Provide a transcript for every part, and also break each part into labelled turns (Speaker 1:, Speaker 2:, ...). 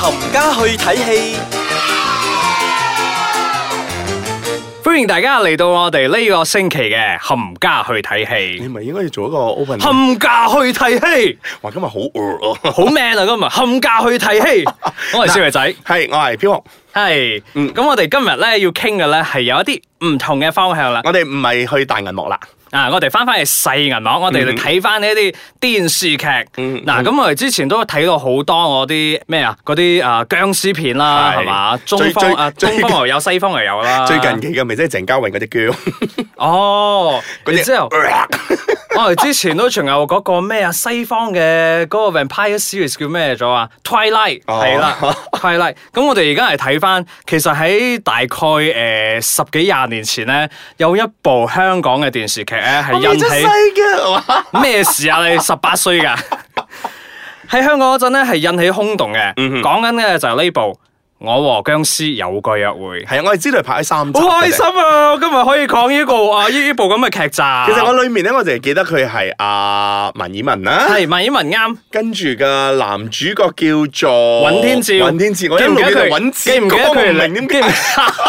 Speaker 1: 冚家去睇戲，
Speaker 2: 欢迎大家嚟到我哋呢个星期嘅冚家去睇
Speaker 3: 你
Speaker 2: 戏，
Speaker 3: 咪應該要做一個 open，
Speaker 2: 冚家去睇戏，
Speaker 3: 哇！今日好餓啊！
Speaker 2: 好 man 啊今日，冚家去 睇戏，我係小肥仔，
Speaker 3: 係，我係飄紅，
Speaker 2: 系，
Speaker 3: 嗯
Speaker 2: 咁我哋今日咧要倾嘅咧系有一啲唔同嘅方向啦，
Speaker 3: 我哋唔係去大銀幕啦，
Speaker 2: 啊，我哋翻翻去細銀幕，我哋嚟睇翻呢啲電視劇。
Speaker 3: 嗯
Speaker 2: 嗱，咁我哋之前都睇到好多我啲咩啊，嗰啲啊僵屍片啦，
Speaker 3: 係
Speaker 2: 係嘛？中
Speaker 3: 最
Speaker 2: 方
Speaker 3: 最
Speaker 2: 啊，
Speaker 3: 最
Speaker 2: 中方又有，西方又有啦。
Speaker 3: 最近期嘅咪即係鄭嘉穎嗰隻姜，
Speaker 2: 哦，
Speaker 3: 嗰
Speaker 2: 然
Speaker 3: 隻
Speaker 2: 之後 我哦哋之前都仲有嗰個咩啊，西方嘅嗰個 Vampire Series 叫咩咗啊？Twilight
Speaker 3: 哦
Speaker 2: 係啦，Twilight。咁我哋而家嚟睇翻，其實喺大概誒十幾廿年前咧，有一部香港嘅電視劇咧 係引
Speaker 3: 真
Speaker 2: 起。
Speaker 3: 嘅，哇！
Speaker 2: 咩事啊？你十八歲噶？ 喺香港嗰陣咧，係引起轟動嘅。講緊嘅就係呢部《我和僵屍有個約會》。
Speaker 3: 係啊，我哋知道係拍咗三集，
Speaker 2: 好開心！啊！我今日可以講呢、個啊呢呢部咁嘅劇集。
Speaker 3: 其實我裏面咧，我淨係記得佢係阿文以文啦，
Speaker 2: 係萬綺雯啱，
Speaker 3: 跟住嘅男主角叫做
Speaker 2: 尹天照。
Speaker 3: 尹天照，我一
Speaker 2: 記唔
Speaker 3: 路
Speaker 2: 記得
Speaker 3: 記得
Speaker 2: 佢
Speaker 3: 尹
Speaker 2: 記
Speaker 3: 天
Speaker 2: 唔
Speaker 3: 照，
Speaker 2: 記得
Speaker 3: 我
Speaker 2: 佢
Speaker 3: 唔
Speaker 2: 哋
Speaker 3: 明點
Speaker 2: 記
Speaker 3: 解
Speaker 2: 唔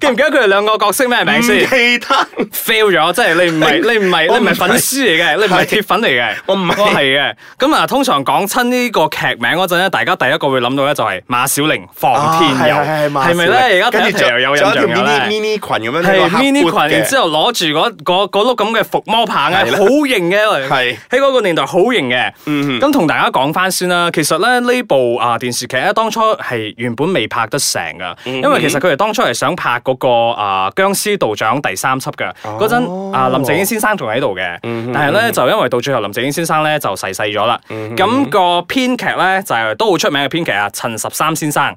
Speaker 2: 記唔記得佢哋兩個角色咩名
Speaker 3: 唔
Speaker 2: 先
Speaker 3: 記得。
Speaker 2: ？fail 咗，即係你唔係你唔係
Speaker 3: 我
Speaker 2: 你唔
Speaker 3: 唔
Speaker 2: 係
Speaker 3: 係
Speaker 2: 粉絲嚟嘅，你唔係鐵粉嚟嘅，
Speaker 3: 我唔係
Speaker 2: 我係嘅。咁啊，通常講親呢個劇名嗰陣咧，大家第一個會諗到咧就係馬小玲、
Speaker 3: 啊
Speaker 2: 房天佑，
Speaker 3: 係係係馬小
Speaker 2: 係咪
Speaker 3: 玲
Speaker 2: 咧？而家
Speaker 3: 跟
Speaker 2: 睇一
Speaker 3: 住
Speaker 2: 睇又有印象
Speaker 3: 仲有條
Speaker 2: 嘅
Speaker 3: mini
Speaker 2: 咧。
Speaker 3: mini 裙咁樣，
Speaker 2: 係
Speaker 3: 一個
Speaker 2: mini
Speaker 3: 黑 boot
Speaker 2: 裙，然
Speaker 3: 嘅
Speaker 2: 之後攞住嗰嗰嗰碌咁嘅伏魔棒咧，
Speaker 3: 係啦
Speaker 2: 好型嘅。
Speaker 3: 係嗯
Speaker 2: 喺嗰個年代好型嘅。咁同大家講翻先啦，其實咧呢部啊電視劇咧，當初係原本未拍得成噶，
Speaker 3: 嗯
Speaker 2: 因為其實佢哋當初係想拍嗰個啊僵屍道長第三輯嘅
Speaker 3: 哦
Speaker 2: 嗰陣啊林正英先生仲喺度嘅，
Speaker 3: 嗯
Speaker 2: 但係咧就因為到最後林正英先生咧就逝世咗啦。
Speaker 3: 嗯
Speaker 2: 咁個編劇咧就係都好出名嘅編劇啊，陳十三先生。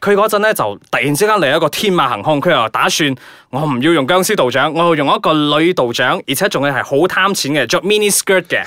Speaker 2: 佢嗰陣咧就突然之間嚟一個天馬行空，佢又打算我唔要用僵屍道長，我要用一個女道長，而且仲要係好貪錢嘅，着 mini skirt 嘅，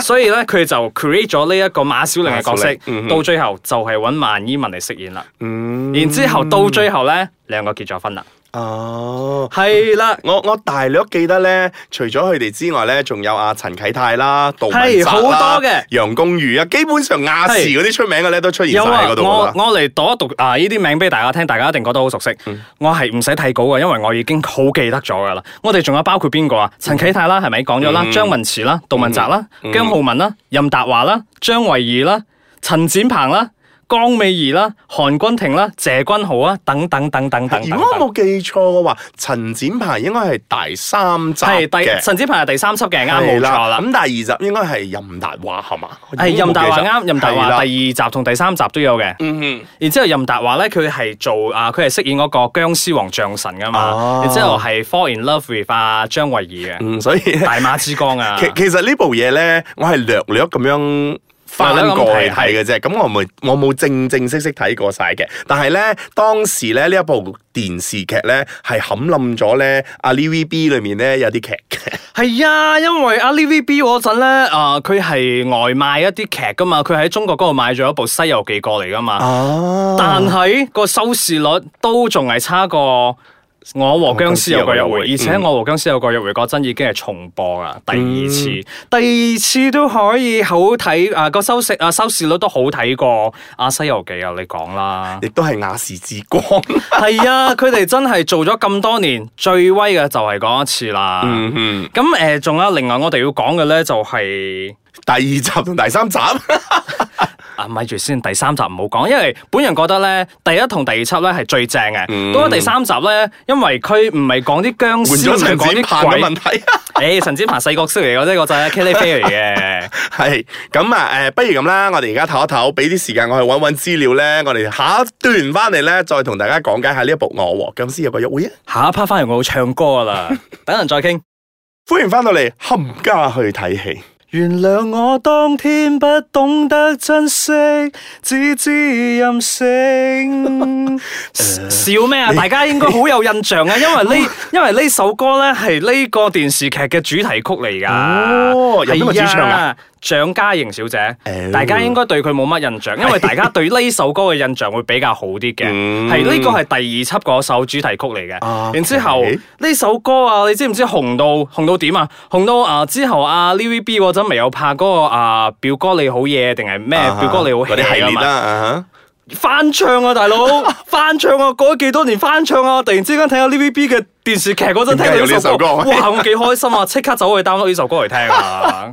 Speaker 2: 所以咧佢就 create 咗呢一個馬小玲嘅角色
Speaker 3: 馬小玲，嗯哼
Speaker 2: 到最後就係揾萬依文嚟飾演啦。
Speaker 3: 嗯
Speaker 2: 然之後到最後咧，兩個結咗婚啦。
Speaker 3: 哦。
Speaker 2: 係啦，
Speaker 3: 我我大略記得咧，除咗佢哋之外咧，仲有阿陳啟泰啦、杜汶澤
Speaker 2: 係
Speaker 3: 啦
Speaker 2: 好多嘅
Speaker 3: 楊公寓啊，基本上亞視
Speaker 2: 係
Speaker 3: 嗰啲出名嘅咧都出現晒
Speaker 2: 有啊
Speaker 3: 喺嗰，度
Speaker 2: 我
Speaker 3: 㗎啦。
Speaker 2: 我嚟讀一讀啊呢啲名俾大家聽，大家一定覺得好熟悉。
Speaker 3: 嗯
Speaker 2: 我係唔使睇稿嘅，因為我已經好記得咗噶啦。我哋仲有包括邊個
Speaker 3: 嗯
Speaker 2: 啊？陳啟泰啦，係咪講咗啦？張文慈啦，杜汶澤啦，姜浩文啦，任達華啦，張慧儀啦，陳展鵬啦。江美儀啦、韓君婷啦、謝君豪啊，等等等等等等
Speaker 3: 如果我
Speaker 2: 等，
Speaker 3: 冇記錯嘅話，陳展鵬應該係第三集
Speaker 2: 係第
Speaker 3: 嘅，
Speaker 2: 陳展鵬係第三輯嘅，啱冇
Speaker 3: 係
Speaker 2: 錯啦。
Speaker 3: 咁第二集應該係任達華嗯係嘛？
Speaker 2: 係任達華啱，任達華第二
Speaker 3: 二。
Speaker 2: 集同第三集都有嘅。
Speaker 3: 嗯
Speaker 2: 然之後任達華咧，佢係做啊，佢係飾演嗰個僵屍王象神噶嘛
Speaker 3: 哦。
Speaker 2: 然之後係 fall in love with 啊張慧儀嘅
Speaker 3: 嗯，所以
Speaker 2: 大馬之光啊。
Speaker 3: 其其實呢部嘢咧，我係略略咁樣。翻過去睇嘅啫，咁我冇我冇正正式式睇過晒嘅，但係咧當時咧呢一部電視劇咧係冚冧咗咧阿 TVB 裏面咧有啲劇嘅，
Speaker 2: 係啊，因為啊 TVB 嗰陣咧，啊佢係外賣一啲劇噶嘛，佢喺中國嗰度買咗一部《西遊記》過嚟噶嘛。
Speaker 3: 哦，
Speaker 2: 但係個收視率都仲係差過。我和僵屍有個約會，嗯而且我和僵屍有個約會嗰陣已經係重播啦，第二次，第二次都可以好睇啊個收視啊收視率都好睇過啊《西遊記》啊，你講啦
Speaker 3: 亦都係亞視之光，
Speaker 2: 係啊，佢哋真係做咗咁多年，最威嘅就係嗰一次啦。
Speaker 3: 嗯，
Speaker 2: 咁誒，仲、有另外我哋要講嘅咧，就係、
Speaker 3: 第二集同第 三集，
Speaker 2: 啊，咪住先，第三集唔好講，因為本人覺得咧，第一同第二輯咧係最正嘅。
Speaker 3: 嗯
Speaker 2: 到咗第三集咧，因為佢唔係講啲僵
Speaker 3: 換
Speaker 2: 屍，
Speaker 3: 咗
Speaker 2: 唔係
Speaker 3: 陳展鵬啊
Speaker 2: 講啲
Speaker 3: 嘅
Speaker 2: 鬼。
Speaker 3: 問題。
Speaker 2: 誒，陳展鵬細角色嚟嘅啫，嗰陣 Kelly 飛 嚟嘅。
Speaker 3: 係咁啊，誒、不如咁啦，我哋而家唞一唞，俾啲時間我去揾揾資料咧，我哋下一段翻嚟咧，再同大家講解下呢一部《我和僵屍有個約會》啊！
Speaker 2: 下一 part 翻嚟我會唱歌啦，等陣再傾。
Speaker 3: 歡迎翻到嚟冚家去睇戲。
Speaker 2: 原諒我當天不懂得珍惜，只知任性。 笑咩啊？大家應該好有印象啊，因為 呢因為呢首歌咧係呢個電視劇嘅主題曲嚟㗎。
Speaker 3: 哦有邊個主唱㗎
Speaker 2: 係啊？蔣嘉瑩小姐
Speaker 3: 哦
Speaker 2: 大家應該對佢冇乜印象，因為大家對呢首歌嘅印象會比較好啲 嘅。
Speaker 3: 嗯
Speaker 2: 係呢個係第二輯嗰首主題曲嚟嘅。
Speaker 3: 啊
Speaker 2: 然之後
Speaker 3: OK
Speaker 2: 呢首歌啊，你知唔知紅到紅到點啊？紅到啊、之後啊 TVB 嗰陣咪有拍嗰、個啊、表哥你好嘢定係咩
Speaker 3: 啊哈
Speaker 2: 表哥你好
Speaker 3: 嗰啲系
Speaker 2: hea 啊
Speaker 3: 列啦，
Speaker 2: 嘛？
Speaker 3: 啊
Speaker 2: 翻唱啊，大佬翻唱啊，過咗幾多年翻唱啊！突然之間睇下 TVB 嘅電視劇嗰陣聽到呢首歌，
Speaker 3: 點解有呢首歌
Speaker 2: 哇！我幾開心 啊，即刻走去 download 呢首歌嚟聽啊！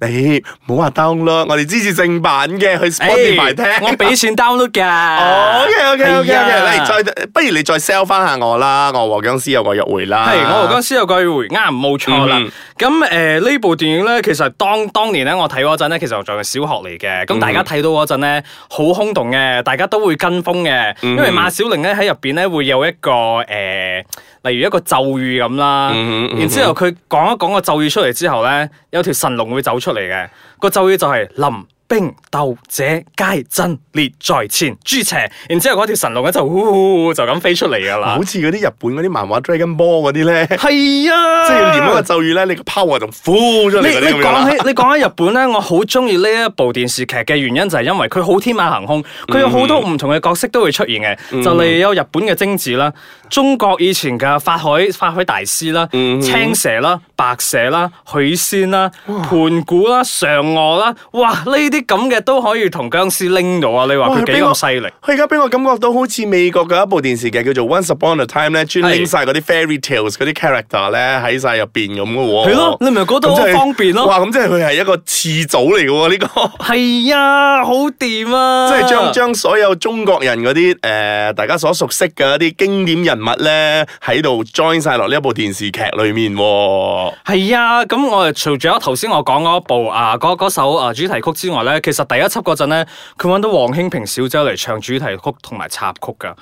Speaker 3: 你唔好話 download，我哋支持正版嘅，去 Spotify 聽。
Speaker 2: 我俾錢 download 㗎。
Speaker 3: 哦，OK OK OK OK，
Speaker 2: 係啊
Speaker 3: 你再不如你再 sell 翻下我啦，我和僵尸有個約會啦。
Speaker 2: 係，我和僵屍有句回啱，冇錯啦
Speaker 3: 啊嗯。
Speaker 2: 咁誒呢部電影咧，其實當當年咧，我睇嗰陣咧，其實我仲係小學嚟嘅。
Speaker 3: 嗯
Speaker 2: 咁大家睇到嗰陣咧，好轟動嘅，大家都會跟風嘅，
Speaker 3: 嗯
Speaker 2: 因為馬小玲咧喺入邊咧會有一個誒。例如一個咒語咁啦，
Speaker 3: 嗯哼嗯哼
Speaker 2: 然之後佢講一講個咒語出嚟之後咧，有條神龍會走出嚟嘅。個咒語就係臨兵鬥者皆陣列在前，諸邪。然之後嗰條神龍咧就呼呼呼就咁飛出嚟㗎啦
Speaker 3: 好。似嗰啲日本嗰啲漫畫 Dragon Ball 嗰啲 咧，
Speaker 2: 係啊，
Speaker 3: 即係念嗰個咒語咧，你個 power 就 full 出嚟
Speaker 2: 你
Speaker 3: 嗰啲咁
Speaker 2: 你
Speaker 3: 樣啦
Speaker 2: 講。起你講起日本咧，我好中意呢一部電視劇嘅原因就係因為佢好天馬行空，佢有好多
Speaker 3: 嗯
Speaker 2: 唔同嘅角色都會出現嘅。就例如有日本嘅貞子啦，中國以前嘅法海法海大師啦，
Speaker 3: 嗯
Speaker 2: 青蛇啦、白蛇啦、許仙啦、盤古啦、嫦娥啦，哇！呢啲咁嘅都可以同僵屍拎到啊！你話
Speaker 3: 哇
Speaker 2: 佢幾
Speaker 3: 俾我
Speaker 2: 咁犀利？
Speaker 3: 佢而家俾我感覺到好似美國嘅一部電視劇叫做《Once Upon a Time》咧，專拎晒嗰啲 fairy tales 嗰啲 character 咧喺晒入邊咁嘅喎。
Speaker 2: 係咯你咪覺得
Speaker 3: 咁即係
Speaker 2: 好方便咯
Speaker 3: 哇！咁即係佢係一個次祖嚟嘅喎，呢 個。
Speaker 2: 係啊，好掂啊！
Speaker 3: 即係將將所有中國人嗰啲誒，大家所熟悉嘅一啲經典人物咧，喺度 join 晒落呢一部電視劇裏面喎。
Speaker 2: 係啊，咁我哋除咗頭先我講嗰部啊，嗰嗰首啊主題曲之外咧，其實第一輯嗰陣咧，佢揾到黃興平小姐嚟唱主題曲同埋插曲噶，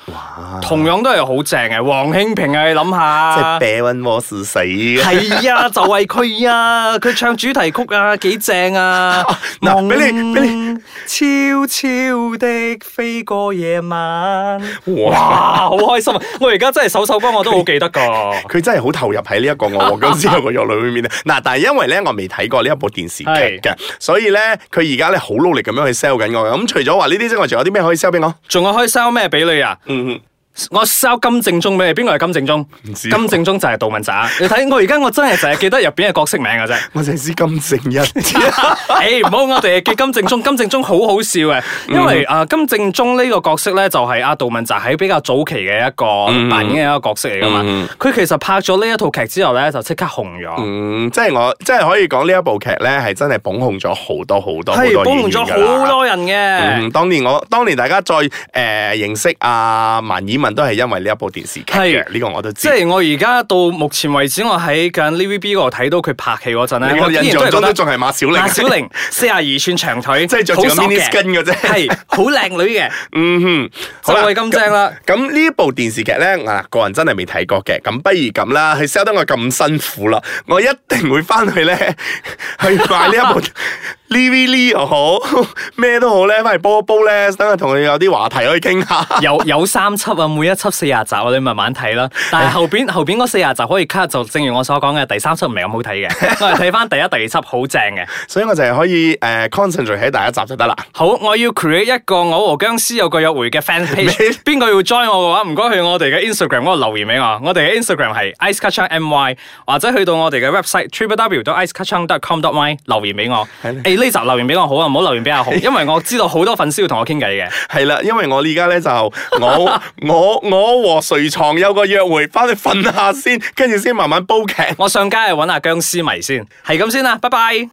Speaker 2: 同樣都係好正嘅。黃興平啊，你諗
Speaker 3: 即係
Speaker 2: 下，
Speaker 3: 病温我是死嘅。
Speaker 2: 係啊，就係佢啊，佢唱主題曲啊，幾正啊！
Speaker 3: 嗱俾你俾
Speaker 2: 悄悄的飛過夜晚，
Speaker 3: 哇！
Speaker 2: 啊，好開心啊！我而家真係首首歌我都好記得噶。
Speaker 3: 佢真係好投入喺呢一個我和僵屍有個約裏面咧。 嗱，但係因為咧我未睇過呢一部電視劇嘅，所以咧佢而家咧好努力咁樣去 sell 緊我嘅。咁除咗話呢啲之外，仲有啲咩可以 sell 俾我？
Speaker 2: 仲有可以 sell 咩俾你啊？
Speaker 3: 嗯，
Speaker 2: 我 sell 金正宗俾你，邊個係金正宗？
Speaker 3: 唔知
Speaker 2: 金正宗就係杜汶澤。你睇我而家我真係就係記得入邊嘅角色名嘅啫。
Speaker 3: 我淨係知金正一。
Speaker 2: 誒唔好我哋記金正宗，金正宗好好笑嘅，
Speaker 3: 嗯
Speaker 2: 因為啊、金正宗呢個角色咧就係阿杜汶澤喺比較早期嘅一
Speaker 3: 嗯
Speaker 2: 個扮演嘅一個角色嚟噶嘛。佢、其實拍咗呢一套劇之後咧就即刻紅咗。
Speaker 3: 嗯，即係我即係可以講呢一部劇咧係真係捧紅咗好多好多好
Speaker 2: 係
Speaker 3: 多
Speaker 2: 幫
Speaker 3: 演員
Speaker 2: 咗
Speaker 3: 㗎啦
Speaker 2: 好多人
Speaker 3: 嗯，
Speaker 2: 嘅，
Speaker 3: 當年我當年大家再誒、呃、認識啊萬綺雯都係因為呢一部電視劇嘅，
Speaker 2: 係
Speaker 3: 呢個我都知。
Speaker 2: 即係我而家到目前為止，我喺緊 TVB 嗰度睇到佢拍戲嗰陣
Speaker 3: 你
Speaker 2: 咧，
Speaker 3: 我
Speaker 2: 我依然
Speaker 3: 印
Speaker 2: 都
Speaker 3: 象
Speaker 2: 係覺
Speaker 3: 中都
Speaker 2: 得
Speaker 3: 仲係馬小玲，
Speaker 2: 馬小玲四廿二寸長腿，
Speaker 3: 即係着住個
Speaker 2: 好索
Speaker 3: mini
Speaker 2: 嘅
Speaker 3: skin 嘅啫
Speaker 2: 係好靚 女嘅，
Speaker 3: 嗯哼，
Speaker 2: 就係咁正啦。
Speaker 3: 咁咁呢部電視劇咧，嗱個人真係未睇過嘅，咁不如咁啦，佢 sell 得我咁辛苦啦，我一定會翻去咧 去買呢一部 Livi 又好咩都好咧，翻嚟煲一煲咧，等我同佢有啲話題可以傾下。
Speaker 2: 有有三輯啊，每一輯四廿集啊，你慢慢睇啦。但係後邊後邊嗰四廿集可以 cut，就正如我所講嘅，第三輯唔係咁好 睇嘅。我哋睇翻第一、第二輯好正嘅。
Speaker 3: 所以我就係可以誒、呃 concentrate 喺第一集就得啦。
Speaker 2: 好，我要 create 一個我和僵屍有個約會嘅 fan page。邊個要 join 我嘅話，唔該去我哋嘅 Instagram 嗰度留言俾我。我哋嘅 Instagram 係 iceketchupmy，或者去到我哋嘅 website www.iceketchup.com.my 留言俾我。誒
Speaker 3: 係
Speaker 2: 呢集留言俾我好啊，唔好留言俾阿紅，因為我知道好多粉絲要同我傾偈嘅。
Speaker 3: 係啦，因為我而家咧就我我我和誰床有個約會，翻去瞓下先，跟住先慢慢煲劇。
Speaker 2: 我上街去揾下僵屍迷先，係咁先啦，拜拜。